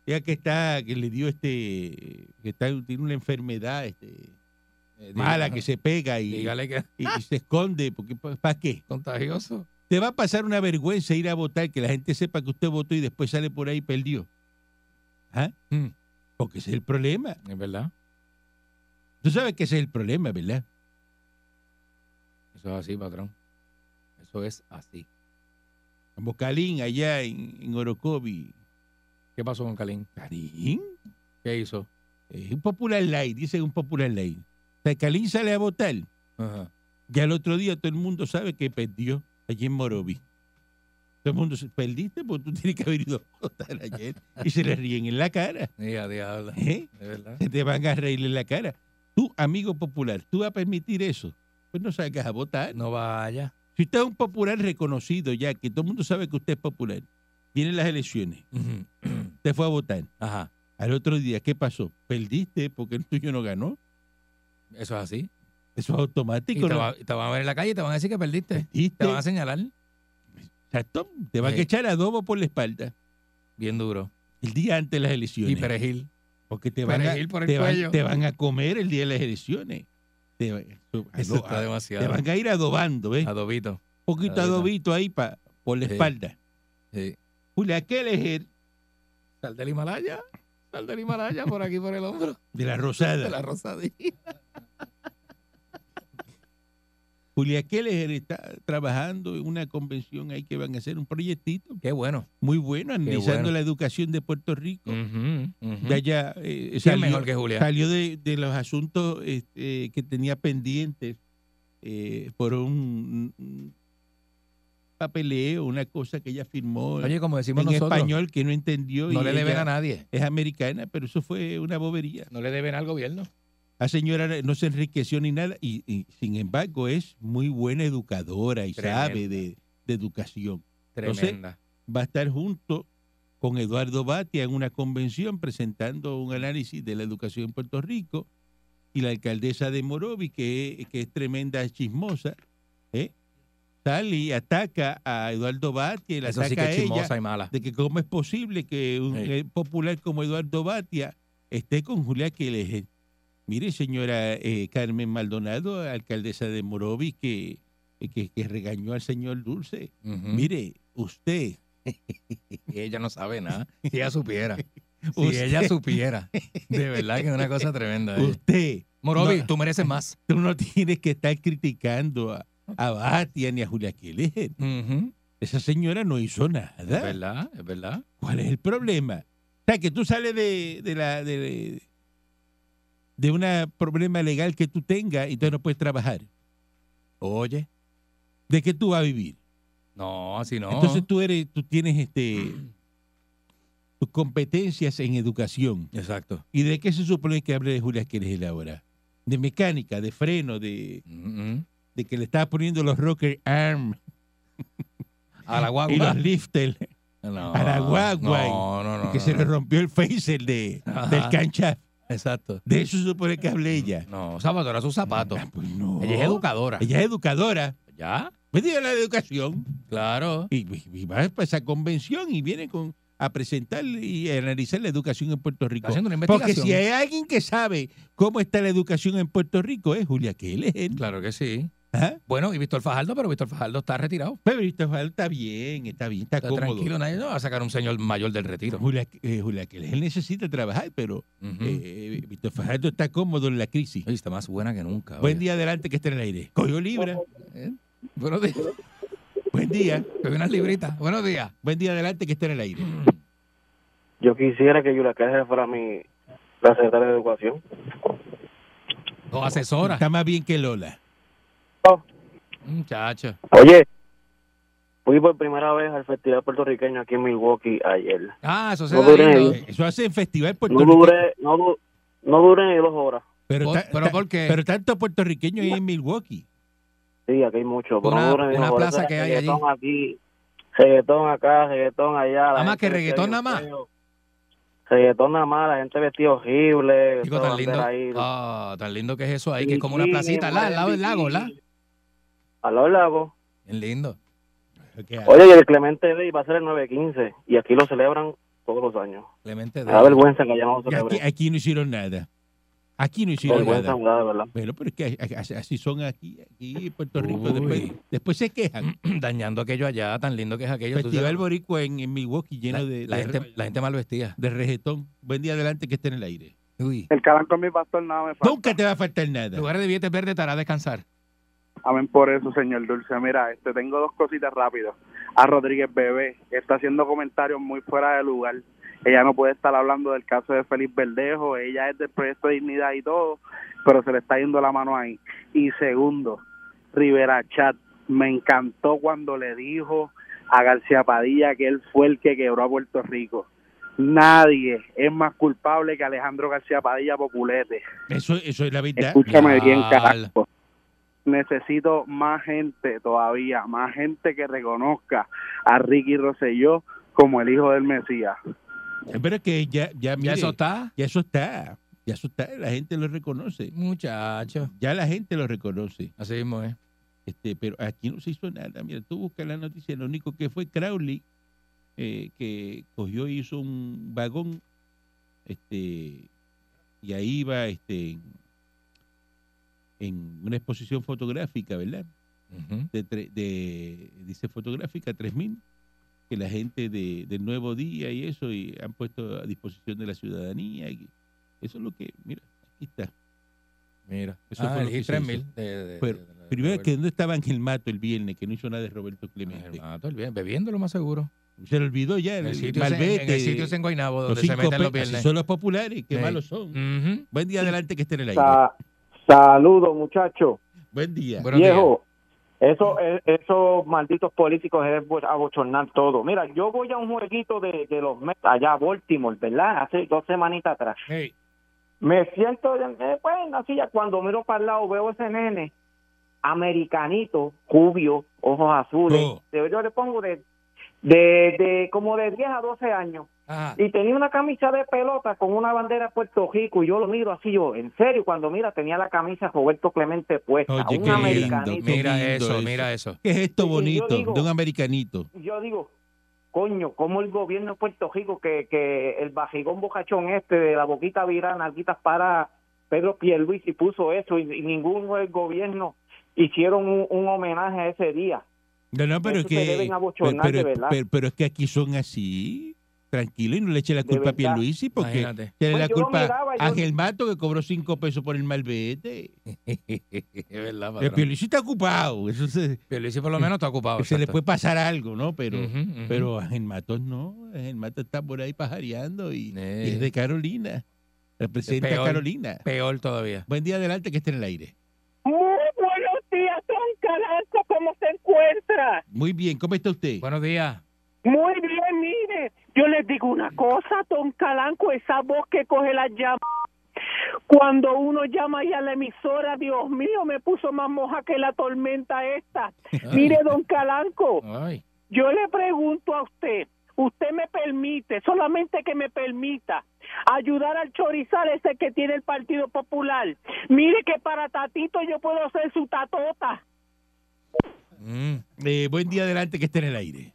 S3: Ya que está, que le dio este, que está, tiene una enfermedad este,
S4: Eh, diga-
S3: mala que se pega y,
S4: Dígale que es
S3: y- y se esconde. porque ¿Para qué?
S4: contagioso.
S3: Te va a pasar una vergüenza ir a votar, que la gente sepa que usted votó y después sale por ahí y perdió. ¿Ah?
S4: Mm.
S3: Porque ese es el problema.
S4: Es verdad.
S3: Tú sabes que ese es el problema, ¿verdad?
S4: Eso es así, patrón. Eso es así.
S3: En Bocalín, allá en, en Orocovi.
S4: ¿Qué pasó con Calín?
S3: ¿Calín?
S4: ¿Qué hizo?
S3: Es un popular ley, dice un popular ley. O sea, Calín sale a votar.
S4: Ajá.
S3: Ya el otro día todo el mundo sabe que perdió allí en Morovi. Todo el mundo se perdiste porque tú tienes que haber ido a votar ayer. Y se le ríen en la cara.
S4: Mira, diablo.
S3: ¿eh?
S4: De verdad.
S3: Se te van a reír en la cara. Tú, amigo popular, tú vas a permitir eso. Pues no salgas a votar.
S4: No vaya.
S3: Si usted es un popular reconocido ya, que todo el mundo sabe que usted es popular, vienen las elecciones,
S4: Ujú.
S3: usted fue a votar.
S4: Ajá.
S3: Al otro día, ¿qué pasó? Perdiste porque el tuyo no ganó.
S4: Eso es así.
S3: Eso es
S4: Y
S3: automático.
S4: te,
S3: ¿no?
S4: va- te van a ver en la calle y te van a decir que perdiste.
S3: Perdiste.
S4: Te van a señalar
S3: Exacto. Te van a
S4: Sí.
S3: echar adobo por la espalda
S4: bien duro.
S3: el día antes de las
S4: Y
S3: elecciones.
S4: perejil.
S3: porque te van, a,
S4: perejil por el
S3: te, van,
S4: cuello.
S3: te van a comer el día de las elecciones. Te, va- eso-
S4: Eso
S3: ado-
S4: está
S3: te
S4: demasiado.
S3: van a ir adobando, ¿ves?
S4: Adobito.
S3: poquito
S4: Adobito.
S3: adobito ahí pa, por la
S4: Sí.
S3: espalda.
S4: Sí.
S3: Julia, ¿qué elegir
S4: Sal del Himalaya. Sal del Himalaya por aquí, por el hombro.
S3: de la
S4: De
S3: rosada?
S4: la rosadilla.
S3: Julia Keller está trabajando en una convención ahí que van a hacer un proyectito
S4: Qué bueno.
S3: muy bueno, analizando
S4: bueno.
S3: la educación de Puerto Rico.
S4: Ujú, ujú.
S3: Ya ya eh,
S4: ¿Quién
S3: salió,
S4: mejor que Julia?
S3: salió de, de los asuntos este, que tenía pendientes eh, por un, un papeleo, una cosa que ella firmó
S4: Oye, como
S3: en
S4: decimos nosotros,
S3: español que no entendió
S4: no
S3: y
S4: le deben
S3: ella
S4: a nadie.
S3: es americana, pero eso fue una bobería.
S4: No le deben al gobierno.
S3: La señora no se enriqueció ni nada y, y, sin embargo es muy buena educadora y sabe de, de educación. Entonces,
S4: Tremenda.
S3: Va a estar junto con Eduardo Batia en una convención presentando un análisis de la educación en Puerto Rico y la alcaldesa de Morovi, que, es- que es tremenda chismosa, ¿eh? sale y ataca a Eduardo Batia y la
S4: Eso
S3: ataca
S4: sí que
S3: a
S4: es
S3: ella
S4: chismosa y mala.
S3: de que cómo es posible que un
S4: Sí.
S3: eh, popular como Eduardo Batia esté con Julia Keles. Mire, señora eh, Carmen Maldonado, alcaldesa de Morovis, que, que, que regañó al señor Dulce.
S4: Ujú.
S3: Mire, usted,
S4: Y ella no sabe nada. Si ella supiera. si
S3: Usted-
S4: ella supiera. De verdad que es una cosa tremenda. ¿eh?
S3: usted,
S4: Morovi,
S3: No.
S4: tú mereces más.
S3: tú no tienes que estar criticando a, a Batia ni a Julia Keles.
S4: Ujú.
S3: Esa señora no hizo
S4: Es
S3: nada.
S4: verdad, es verdad.
S3: ¿Cuál es el problema? O sea, que tú sales de, de la... De, de un problema legal que tú tengas y entonces no puedes trabajar.
S4: Oye.
S3: ¿De qué tú vas a vivir?
S4: No, si no.
S3: Entonces tú eres, tú tienes este tus competencias en educación.
S4: Exacto.
S3: ¿Y de qué se supone que hable de Julia Quieres él ahora? De mecánica, de freno, de,
S4: Ujú.
S3: de que le estaba poniendo los rocker arm
S4: A la
S3: y
S4: guagua.
S3: los lifter,
S4: No.
S3: a la guagua.
S4: No, no, no.
S3: que
S4: no,
S3: se le
S4: no.
S3: rompió el phaser de,
S4: Ajá.
S3: del cancha.
S4: Exacto.
S3: De eso se supone que hable ella.
S4: No, Salvador, a sus zapatos.
S3: Ah, pues no.
S4: Ella es educadora.
S3: Ella es educadora.
S4: ¿Ya?
S3: Me diga la educación.
S4: Claro.
S3: Y, y- y va para esa convención y viene con, a presentar y a analizar la educación en Puerto Rico.
S4: Está haciendo una
S3: Porque
S4: investigación.
S3: si hay alguien que sabe cómo está la educación en Puerto Rico es Julia Keller.
S4: Claro que sí.
S3: Ajá.
S4: Bueno, y Víctor Fajardo, pero Víctor Fajardo está retirado.
S3: Pero esto está bien, está bien, está,
S4: Está
S3: cómodo.
S4: tranquilo, nadie no va a sacar un señor mayor del retiro.
S3: Julia, eh, Julia Keller necesita trabajar, pero
S4: Ujú.
S3: eh, Víctor Fajardo está cómodo en la crisis.
S4: Oye, está más buena que nunca.
S3: Buen
S4: oye.
S3: día adelante que esté en el aire. Cogió Libra.
S4: Buenos días.
S3: Buen día.
S4: Hay unas libritas. Buenos días.
S3: Buen día adelante que esté en el aire.
S6: Yo quisiera que Yula Cáceres fuera mi la secretaria de Educación.
S4: O asesora.
S3: Está más bien que Lola.
S4: Muchacho.
S6: Oye, fui por primera vez al Festival Puertorriqueño aquí en Milwaukee ayer.
S4: Ah, eso se
S6: No
S4: da
S6: dure
S4: lindo.
S6: ahí.
S3: Eh, Eso hace en Festival Puerto
S6: No duré, no, du- no duré ni dos horas.
S3: Pero,
S4: Por-
S3: ta-
S4: pero
S3: ta-
S4: ¿por qué?
S3: pero tanto puertorriqueño ahí en Milwaukee.
S6: Sí, aquí hay mucho, pero
S4: Una-
S6: no duré ni
S4: una
S6: dos horas.
S4: plaza
S6: Eso
S4: que
S6: era
S4: hay allí.
S6: reggaetón aquí, reggaetón acá, reggaetón allá. la
S4: Nada más
S6: gente
S4: que reggaetón,
S6: vestida
S4: nada
S6: bien feo. Reggaetón nada más, la gente vestida horrible.
S4: Chico,
S6: toda
S4: tan lindo.
S6: bandera ahí.
S4: Ah, tan lindo que es eso ahí, que es como una
S6: Bikini,
S4: placita al al lado del lago, ¿la?
S6: Al lado del lago.
S4: Bien lindo.
S3: Que-
S6: Oye, y el Clemente Day va a ser el 9-15 y aquí lo celebran todos los años.
S4: Clemente
S6: Me da
S4: Díaz.
S6: vergüenza que hayamos
S3: Y aquí,
S6: celebrado.
S3: aquí no hicieron nada. Aquí no hicieron
S6: Vergüenza
S3: nada.
S6: me da, de verdad.
S3: Pero, pero es que a- a- así son aquí, aquí en Puerto Rico.
S4: Uy.
S3: Después, después se quejan.
S4: Dañando aquello allá, tan lindo que es aquello. tú
S3: Festival
S4: sabes.
S3: Boricua en, en Milwaukee lleno
S4: la,
S3: de,
S4: la
S3: de,
S4: gente, la gente mal vestida.
S3: de rejetón. Buen día adelante que esté en el aire.
S4: Uy.
S7: El calanco es mi pastor, nada me falta.
S3: Nunca te va a faltar nada.
S4: Lugares de billetes verdes te hará descansar.
S7: Amén por eso, señor Dulce. Mira, este, tengo dos cositas rápido. A Rodríguez Bebé está haciendo comentarios muy fuera de lugar. Ella no puede estar hablando del caso de Félix Verdejo. Ella es del proyecto de dignidad y todo, pero se le está yendo la mano ahí. Y segundo, Rivera Chat, me encantó cuando le dijo a García Padilla, que él fue el que quebró a Puerto Rico. Nadie es más culpable que Alejandro García Padilla Populete.
S3: Eso, eso es la verdad.
S7: Escúchame bien,
S4: Ya.
S7: carajo. Necesito más gente todavía, más gente que reconozca a Ricky Rosselló como el hijo del Mesías.
S3: Pero es que ya, ya, mire,
S4: ¿Ya eso está?
S3: ya eso está. Ya eso está. La gente lo reconoce.
S4: Muchacho.
S3: Ya la gente lo reconoce.
S4: Así mismo es.
S3: Este, pero aquí no se hizo nada. Mira, tú buscas la noticia. Lo único que fue Crowley eh, que cogió y hizo un vagón. Este, y ahí iba este, en, en una exposición fotográfica, ¿verdad?
S4: Ujú.
S3: de, tre- de- dice fotográfica 3000 que la gente de, del nuevo día y eso y han puesto a disposición de la ciudadanía y eso es lo que mira aquí está
S4: Mira.
S3: Eso
S4: ah,
S3: fue lo
S4: elegí
S3: que se
S4: 3000. de- de- de-
S3: Pero,
S4: de- de-
S3: primero
S4: de-
S3: que dónde estaba Ángel Mato el viernes que no hizo nada de Roberto
S4: Ah,
S3: Clemente
S4: hermano, todo el bien, bebiendo lo más seguro.
S3: se le olvidó ya
S4: En
S3: el,
S4: el sitio, es en-
S3: malvete
S4: en el sitio es en Guaynabo,
S3: los
S4: donde se
S3: cinco
S4: meten los
S3: pe- así
S4: viernes.
S3: son los populares qué
S4: Sí.
S3: malos son
S4: Ujú.
S3: buen día adelante que esté en el aire
S6: Saludos, muchachos.
S3: buen día
S4: Buenos días.
S6: Viejo, eso, eh, esos malditos políticos es bo- abochornar todo. Mira, yo voy a un jueguito de, de los Mets allá a Baltimore, ¿verdad? Hace dos semanitas atrás.
S4: Hey.
S6: Me siento, eh, bueno, así ya cuando miro para el lado veo ese nene americanito, cubio, ojos azules.
S3: Oh.
S6: Yo- Yo le pongo de, de, de como de 10 a 12 años.
S4: Ajá.
S6: Y tenía una camisa de pelota con una bandera de Puerto Rico y yo lo miro así, yo, en serio, cuando mira tenía la camisa Roberto Clemente puesta,
S3: Oye, qué
S6: un
S3: lindo,
S6: americanito.
S3: qué
S4: Mira
S3: lindo
S4: eso,
S3: eso.
S4: mira eso.
S3: qué es esto
S6: Sí, sí, yo
S3: bonito
S6: digo-
S3: de un americanito
S6: Y yo digo, coño, ¿cómo el gobierno de Puerto Rico, que, que el bajigón bocachón este de la boquita virana, alguitas para Pedro Pierluisi puso eso y, y ninguno del gobierno hicieron un, un homenaje a ese día?
S3: No, no, pero
S6: Eso
S3: que.
S6: se deben abochornar,
S3: pero,
S6: de
S3: pero-
S6: verdad.
S3: pero- pero es que aquí son así. Tranquilo y no le eche la culpa a
S6: verdad.
S3: Pierluisi porque
S4: Imagínate.
S3: tiene
S6: Pues
S3: la
S6: yo lo
S3: culpa
S6: miraba, yo-
S3: a Ángel Mato que cobró cinco pesos por el malvete.
S4: es verdad,
S3: El
S4: patrón.
S3: Pierluisi está ocupado. Eso se,
S4: Pierluisi por lo menos está ocupado.
S3: se le
S4: exacto.
S3: puede pasar algo, ¿no? Pero
S4: Ujú, ujú.
S3: pero Ángel Matos no. Ángel Matos está por ahí pajareando y,
S4: Eh.
S3: y es de Carolina. Representa a
S4: Peor.
S3: Carolina.
S4: Peor todavía.
S3: Buen día adelante que esté en el aire.
S8: Muy buenos días, don Caranco, ¿cómo se encuentra?
S3: Muy bien, ¿cómo está usted?
S4: Buenos días.
S8: Muy bien, mire, yo les digo una cosa, don Calanco, esa voz que coge la llama. Cuando uno llama ahí a la emisora, Dios mío, me puso más moja que la tormenta esta. Mire, don Calanco,
S4: Ay.
S8: yo le pregunto a usted, usted me permite, solamente que me permita, ayudar al chorizal ese que tiene el Partido Popular. Mire que para Tatito yo puedo ser su tatota.
S4: Mm.
S3: Eh, buen día adelante que esté en el aire.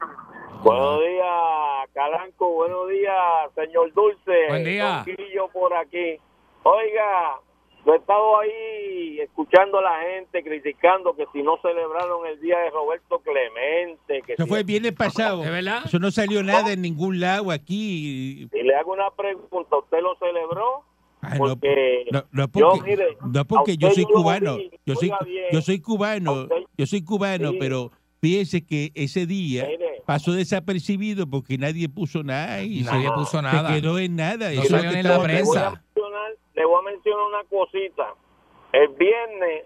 S7: Buenos días, Calanco. Buenos días, señor Dulce.
S4: Buen día.
S7: Tonquillo por aquí. Oiga, yo he estado ahí escuchando a la gente criticando que si no celebraron el día de Roberto Clemente. Que
S3: Eso
S7: si-
S3: fue el viernes pasado.
S4: ¿De verdad?
S3: Eso no salió nada en ningún lado aquí.
S7: Y le hago una pregunta, ¿usted lo celebró?
S3: Ah, no,
S7: Porque
S3: no, no porque,
S7: yo, mire,
S3: no porque
S7: a
S3: yo soy
S7: usted yo lo
S3: cubano.
S7: vi,
S3: Yo soy,
S7: oiga bien.
S3: yo soy
S7: A
S3: cubano.
S7: usted-
S3: Yo soy cubano,
S7: Sí.
S3: pero fíjese que ese día
S7: mire,
S3: pasó desapercibido porque nadie puso nada y
S4: Nadie
S7: no,
S4: puso
S3: se,
S4: nada.
S3: se quedó en nada. Eso
S4: No
S3: es
S4: salió
S3: lo que
S4: ni en la
S3: estaba-
S7: le voy, a
S4: prensa.
S7: mencionar, le voy a mencionar una cosita. El viernes,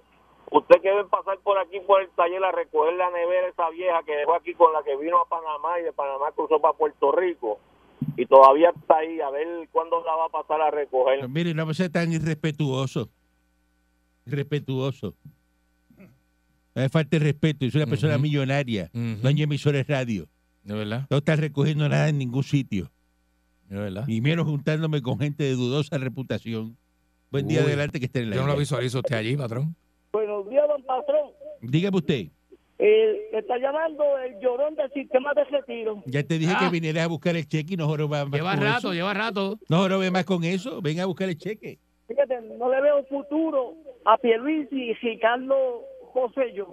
S7: usted que debe pasar por aquí, por el taller, a recoger la nevera esa vieja que dejó aquí con la que vino a Panamá y de Panamá cruzó para Puerto Rico. Y todavía está ahí, a ver cuándo la va a pasar a recoger.
S3: Mire, no sea tan irrespetuoso. Irrespetuoso. No me falta el respeto. Yo soy una persona
S4: Ujú.
S3: millonaria.
S4: Ujú.
S3: Dueño de emisores radio.
S4: ¿De verdad?
S3: No está recogiendo nada en ningún sitio.
S4: ¿De verdad?
S3: Y menos juntándome con gente de dudosa reputación. Buen día
S4: Uy,
S3: adelante que esté en el
S4: Yo no lo
S3: aire.
S4: visualizo a usted allí, patrón.
S8: Buenos días, don patrón.
S3: Dígame usted,
S8: El que está llamando el llorón del sistema de retiro.
S3: ya te dije
S4: Ah.
S3: que vinieras a buscar el cheque y no jorobas más
S4: Lleva
S3: con
S4: rato,
S3: eso.
S4: lleva rato.
S3: No jorobes más con eso, ven a buscar el cheque.
S8: Fíjate, no le veo futuro a Pierluisi y si Carlos Rosselló.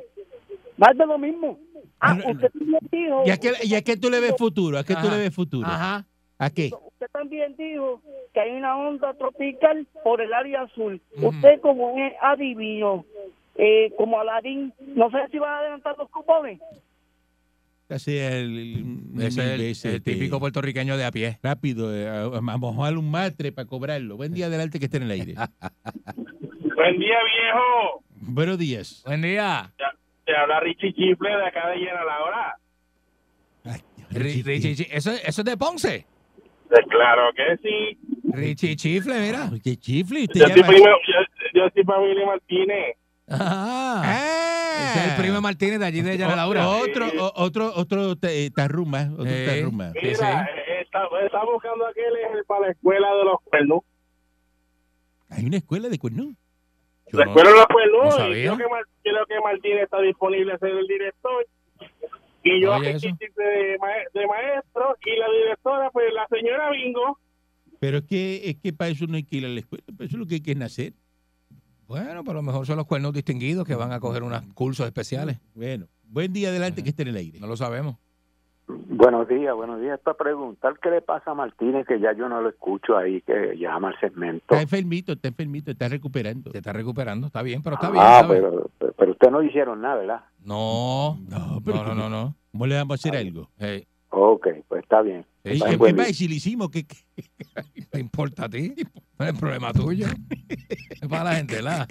S8: Más de lo mismo. Ah,
S3: Bueno,
S8: usted también dijo...
S3: ¿Y a qué, y a qué tú le ves futuro? ¿A qué tú
S4: Ajá.
S3: le ves futuro?
S4: Ajá.
S3: ¿A qué?
S8: Usted también dijo que hay una onda tropical por el área azul.
S4: Ujú.
S8: Usted como es adivino, eh, como Aladín, no sé si va a adelantar los cupones.
S3: Así el, el-
S4: Ese es
S3: mil
S4: el,
S3: veces,
S4: el
S3: este,
S4: típico puertorriqueño de a pie.
S3: Rápido, eh, a, a mojar un matre para cobrarlo. Buen día adelante que esté en el aire.
S7: Buen día, viejo.
S3: Buenos días.
S4: Buen día.
S7: Te habla Richie Chifle de acá de Llena la hora.
S4: Ri- Richie Chi- ¿Eso, eso es de Ponce.
S9: Eh, Claro que sí.
S4: Richie Chifle, mira.
S3: Ay, qué chifle. Usted
S9: Yo soy,
S3: llama-
S9: primo, yo, yo soy para Willy Martínez.
S4: Ah,
S3: ¡Eh!
S4: ese es el primo de Martínez de allí de Yara Laura.
S3: Otro, o- otro, otro eh, tarruma, otro
S4: Eh.
S3: tarruma.
S4: Sí,
S9: Mira,
S4: sí.
S9: eh, está, está buscando aquel es el para la escuela de los cuernos.
S3: Hay una escuela de cuernos.
S4: Yo
S9: La
S4: no-
S9: escuela de los
S4: no
S9: cuernos. y
S4: sabía.
S9: creo, que Mar- creo que Martínez está disponible a ser el director. Y yo
S4: Oye,
S9: aquí
S4: eso.
S9: de, ma- de maestro. Y la directora, pues la señora Bingo.
S3: Pero es que, es que para eso no hay que ir a la escuela, para eso es lo que hay que nacer.
S4: Bueno, pero a lo mejor son los cuernos distinguidos que van a coger unos cursos especiales.
S3: Bueno, buen día adelante
S4: Ajá.
S3: que esté en el aire.
S4: No lo sabemos.
S10: Buenos días, buenos días. Para preguntar qué le pasa a Martínez, que ya yo no lo escucho ahí, que llama al segmento.
S3: Está enfermito, está enfermito, está recuperando.
S4: Se está recuperando, está bien, pero está bien.
S10: Ah,
S4: ¿sabes?
S10: pero, pero ustedes no hicieron nada, ¿verdad?
S4: No,
S3: No, pero
S4: no, no, no. no.
S3: ¿Cómo le vamos a hacer algo?
S4: Hey,
S10: Ok, pues está bien. Está
S3: ¿Y ¿Qué,
S10: bien,
S3: qué
S10: buen
S3: pasa
S10: día.
S3: si le hicimos? ¿Qué, qué?
S4: ¿Te importa a ti? No es problema tuyo. Es para la gente, ¿verdad?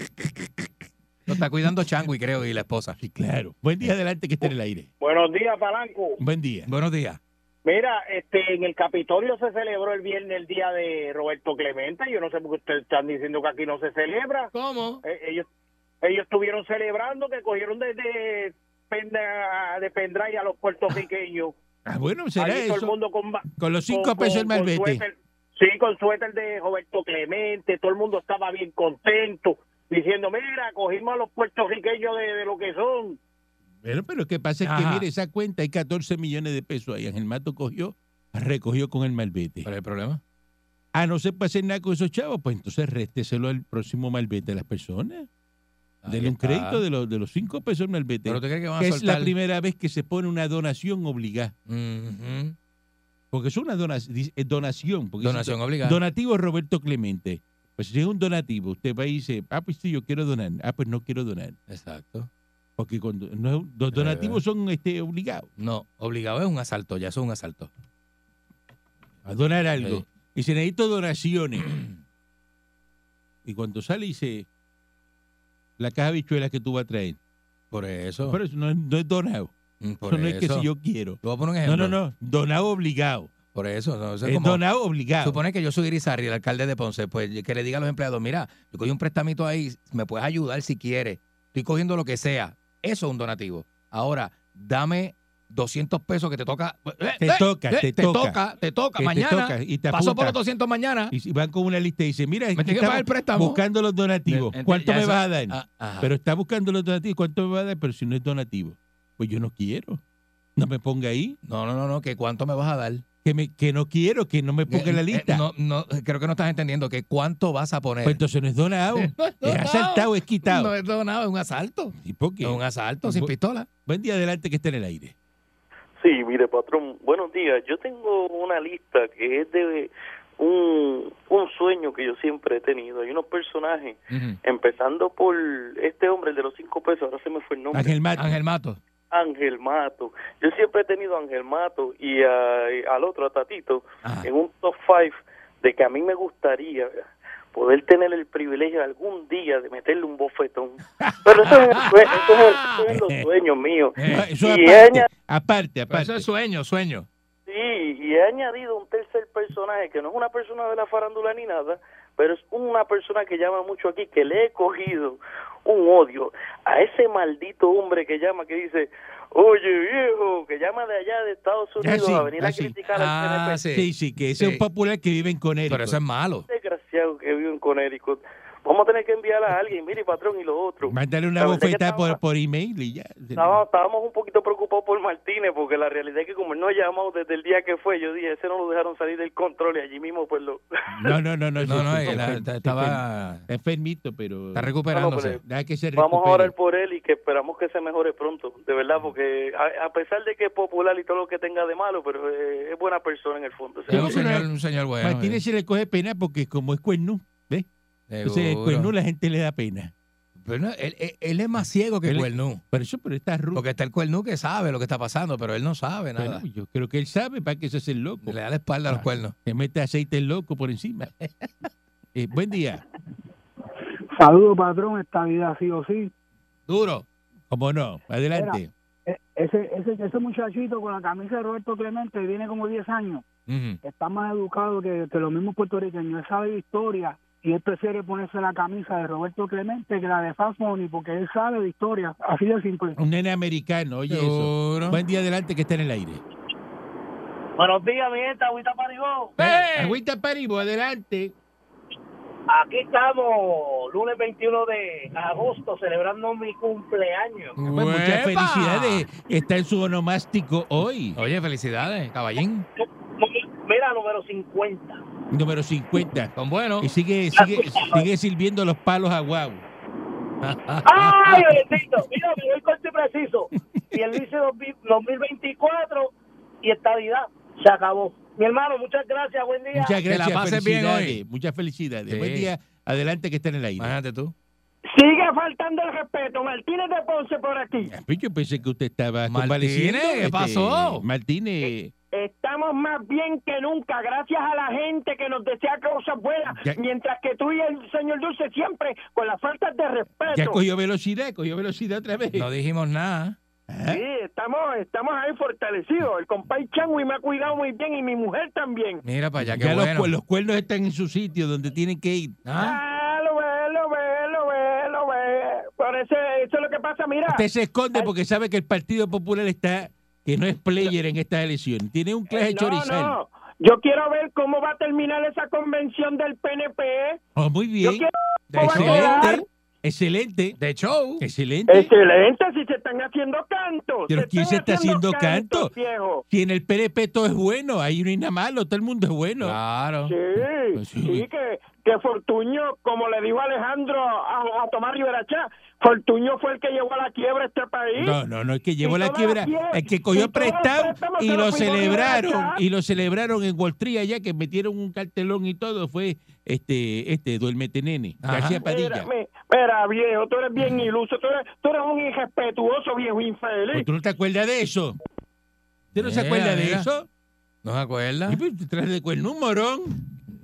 S4: Lo está cuidando Changui, creo, y la esposa.
S3: Sí, claro. Buen día adelante que esté en el aire.
S9: Buenos días, Palanco.
S3: Buen día.
S4: Buenos días.
S9: Mira, este, en el Capitolio se celebró el viernes el día de Roberto Clemente. Yo no sé por qué ustedes están diciendo que aquí no se celebra.
S4: ¿Cómo?
S9: Eh, ellos ellos estuvieron celebrando que cogieron desde Penda, de Pendray a los puertorriqueños.
S3: Ah, bueno, será
S9: Ahí todo el
S3: eso.
S9: mundo con, ba-
S3: Con los cinco pesos el malvete.
S9: suéter. sí, con suéter de Roberto Clemente, todo el mundo estaba bien contento, diciendo, mira, cogimos a los puertorriqueños de, de lo que son.
S3: Pero, pero ¿qué pasa? Es que
S4: Ajá.
S3: mire esa cuenta, hay 14 millones de pesos ahí. Ángel Mato cogió, recogió con el malvete.
S4: ¿Cuál es el problema?
S3: Ah, no se puede hacer nada con esos chavos, pues entonces résteselo al próximo malvete a las personas.
S4: Ahí
S3: Denle un
S4: está.
S3: crédito de los, de los cinco pesos al malvete.
S4: ¿Pero tú crees que van
S3: que
S4: a
S3: es la
S4: soltar?
S3: primera vez que se pone una donación obligada.
S4: Ujú.
S3: Porque es una dona- dice- eh, donación. Porque dice,
S4: Donación obligada.
S3: donativo Roberto Clemente. Pues si es un donativo, usted va y dice, ah, pues sí, yo quiero donar. Ah, pues no quiero donar.
S4: Exacto.
S3: Porque cuando, no, es- los donativos son este, obligados
S4: No, obligado es un asalto, ya eso es un asalto.
S3: a donar algo.
S4: Sí.
S3: Y se necesito donaciones. y cuando sale dice, la caja de bichuelas que tú vas a traer.
S4: Por eso.
S3: Pero eso no, es- no es donado.
S4: Mm, Oh. por
S3: Eso no es que
S4: eso.
S3: si yo quiero.
S4: Te voy a poner un
S3: No,
S4: ejemplo.
S3: no, no. Donado obligado.
S4: Por eso. No, eso es
S3: Es
S4: como-
S3: donado obligado.
S4: Supone que yo soy Irizarry, el alcalde de Ponce, pues que le diga a los empleados, mira, yo cogí un prestamito ahí, me puedes ayudar si quieres, estoy cogiendo lo que sea. Eso es un donativo. Ahora, dame 200 pesos que te toca. eh,
S3: Te
S4: eh,
S3: toca,
S4: eh,
S3: te
S4: te
S3: toca.
S4: toca, te toca.
S3: Que te
S4: Mañana,
S3: toca y te
S4: paso por
S3: apunta.
S4: los 200 mañana.
S3: Y si van con una lista y dicen, mira,
S4: tiene que
S3: estaba
S4: pagar el préstamo.
S3: buscando los donativos.
S4: Ente-
S3: ¿Cuánto
S4: ya
S3: me
S4: eso-
S3: vas a dar?
S4: Ah, ajá.
S3: Pero está buscando los donativos. ¿Cuánto me vas a dar? Pero si no es donativo. Pues yo no quiero. No me ponga ahí.
S4: no, no, no, no, que cuánto me vas a dar.
S3: Que, me, que no quiero, que no me ponga en la
S4: Eh,
S3: lista.
S4: eh, no, no, creo que no estás entendiendo que cuánto vas a poner.
S3: Pues entonces no es donado.
S4: No es
S3: es
S4: Eh, donado.
S3: asaltado, es quitado.
S4: No es donado, es un asalto.
S3: ¿Y por qué?
S4: Es un asalto sin
S3: Bu-
S4: pistola.
S3: Buen día adelante que esté en el aire.
S11: Sí, mire, patrón, buenos días. Yo tengo una lista que es de un, un sueño que yo siempre he tenido. Hay unos personajes,
S4: Ujú.
S11: empezando por este hombre, el de los cinco pesos, ahora se me fue el nombre,
S3: Ángel Mato.
S4: Ángel Mato.
S11: Ángel Mato. Yo siempre he tenido a Ángel Mato y, a- y al otro, a Tatito,
S4: Ajá.
S11: en un top five de que a mí me gustaría poder tener el privilegio algún día de meterle un bofetón. Pero eso es, el sue- eso es, el- eso es los sueños míos.
S3: No, Ah, eso
S11: y
S3: aparte,
S11: ella-
S3: aparte,
S4: Eh. Pero
S3: aparte.
S4: Eso es sueño, sueño.
S11: Sí, y he añadido un tercer personaje que no es una persona de la farándula ni nada, pero es una persona que llama mucho aquí, que le he cogido un odio a ese maldito hombre que llama, que dice, oye viejo, que llama de allá de Estados Unidos
S3: sí,
S11: a venir
S3: ah,
S11: a
S3: sí.
S11: criticar
S4: Ah,
S11: al PNP.
S4: sí.
S3: sí, sí, que ese es
S4: Sí.
S3: un popular que vive en Conérico.
S4: Pero eso es malo.
S11: desgraciado que vive en Connecticut. Vamos a tener que enviar a alguien, mire patrón, y lo otro.
S3: Mándale una
S11: La verdad que
S3: bofetada por,
S11: estaba-
S3: por email y ya.
S11: Estábamos, estábamos un poquito preocupados por Martínez, porque la realidad es que como él no ha llamado desde el día que fue, yo dije, ese no lo dejaron salir del control y allí mismo pues lo...
S3: No, no, no, no.
S4: No,
S3: sí,
S4: no,
S3: sí,
S4: él
S3: está-
S4: está-
S3: está
S4: estaba
S3: enfer- enfermito, pero...
S4: está recuperándose.
S3: Deja que se
S11: Vamos a
S3: recupere.
S11: orar por él y que esperamos que se mejore pronto, de verdad, porque a, a pesar de que es popular y todo lo que tenga de malo, pero eh, es buena persona en el fondo.
S4: Es
S11: ¿sabes?
S3: Yo
S4: un
S3: creo que
S4: señor,
S3: no
S4: un señor bueno.
S3: Martínez se le coge pena porque como es cuerno, ¿ves?
S4: eh,
S3: Entonces, el
S4: seguro.
S3: cuerno la gente le da pena.
S4: Pero no, él, él- él es más ciego que
S3: Él
S4: el
S3: es-
S4: cuernú.
S3: Por eso, pero está rudo.
S4: Porque está el cuernú que sabe lo que está pasando, pero él no sabe nada.
S3: Bueno, yo creo que él sabe para qué se hace el loco.
S4: Le da la espalda a los
S3: Ah.
S4: cuernos.
S3: Se mete aceite el loco por encima. Eh, buen día.
S6: Saludos, patrón, esta vida sí o sí.
S4: Duro.
S3: ¿Cómo no? Adelante.
S6: Eh,
S12: Ese, ese, ese muchachito con la camisa de Roberto Clemente viene como 10 años. Está más educado que, que Este, los mismos puertorriqueños. Él sabe de historia y él prefiere ponerse la camisa de Roberto Clemente que la de Fasmoni porque él sabe de historia. Así de simple.
S3: Un nene americano, oye eso. Buen día adelante que está en el aire.
S13: Buenos días, mi gente, Agüita Paribó.
S3: Agüita Paribo, adelante.
S13: Aquí estamos, lunes 21 de agosto, celebrando mi cumpleaños.
S3: Pues muchas felicidades. Está en su onomástico hoy.
S4: Oye, felicidades, caballín.
S13: Mira, número 50.
S3: Número 50.
S4: Son buenos.
S3: Y sigue, sigue, sigue sirviendo los palos a guau.
S13: ¡Ay, bendito! Mira, me doy corto y preciso. Y él dice 2024 y estabilidad. Se acabó. Mi hermano, muchas gracias, buen día.
S3: Muchas gracias.
S4: la pases bien
S3: felicidades,
S4: hoy.
S3: Muchas felicidades.
S4: Sí. Ah.
S3: Buen día. Adelante que está en el aire.
S4: Imagínate tú.
S8: Sigue faltando el respeto. Martínez de Ponce por aquí.
S3: pues, Yo pensé que usted estaba
S4: Martínez,
S3: convaleciendo, este,
S4: ¿qué pasó?
S3: Martínez.
S8: Estamos más bien que nunca, gracias a la gente que nos desea cosas buenas,
S3: Ya-
S8: mientras que tú y el señor Dulce siempre con las faltas de respeto.
S3: Ya cogió velocidad, cogió velocidad otra vez.
S4: No dijimos nada.
S8: Sí, estamos, estamos ahí fortalecidos. El compay Changui me ha cuidado muy bien y mi mujer también.
S4: Mira para allá, qué
S3: Ya los,
S4: bueno. ¿Ah?
S3: cuer- los cuernos están en su sitio donde tienen que ir. Ah.
S8: Velo, velo, velo, velo, velo. Por eso, eso es lo que pasa, mira.
S3: Usted se esconde porque sabe que el Partido Popular está, que no es player en estas elecciones. Tiene un clase de
S8: Eh, No,
S3: chorizal.
S8: no. Yo quiero ver cómo va a terminar esa convención del PNP.
S3: Oh, muy bien.
S8: Yo quiero
S3: De
S8: ver cómo va a quedar.
S3: Excelente. Excelente.
S4: De show.
S3: Excelente.
S8: Este- Excelente, si se están haciendo cantos.
S3: Pero ¿quién se está
S8: están
S3: haciendo canto?
S8: viejo.
S3: Si en el PRP todo es bueno, ahí no hay nada malo, todo el mundo es bueno.
S4: Claro.
S8: Sí,
S3: Pues
S8: sí, que, que Fortuño, como le dijo Alejandro a, a Tomás Riverachá, Fortuño fue el que llevó a la quiebra este país.
S3: No, no, no, el que llevó
S8: Y
S3: la
S8: todas
S3: quiebra,
S8: las diez-
S3: el que
S8: y
S3: cogió
S8: todos los
S3: prestado
S8: préstamos
S3: y
S8: se
S3: lo
S8: los fuimos
S3: celebraron,
S8: liberando.
S3: y lo celebraron en Wall Street allá, que metieron un cartelón y todo, fue este, este, duérmete nene,
S4: Ajá.
S3: García Padilla.
S8: Mira, mi- mira, viejo, tú eres bien iluso, tú eres, tú eres un irrespetuoso, viejo
S3: Pues
S8: infeliz.
S3: ¿Tú no te acuerdas de eso? ¿Usted no se
S4: Mira,
S3: acuerda de
S4: mira.
S3: eso?
S4: ¿No se acuerda?
S3: Y pues, te traes de cuerno un morón.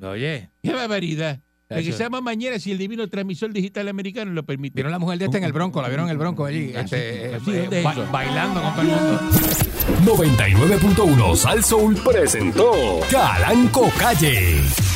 S4: Oye,
S3: ¡Qué barbaridad!
S4: Tacho.
S3: Regresamos mañana si el divino transmisor digital americano lo permite.
S4: vieron la mujer de este en el Bronco, la vieron en el Bronco allí,
S3: Ah, sí,
S4: este,
S3: sí,
S4: eh,
S3: ¿dónde es
S4: ba-
S3: eso?
S4: bailando con todo el mundo.
S1: 99.1 Sal Soul presentó Calanco Calle.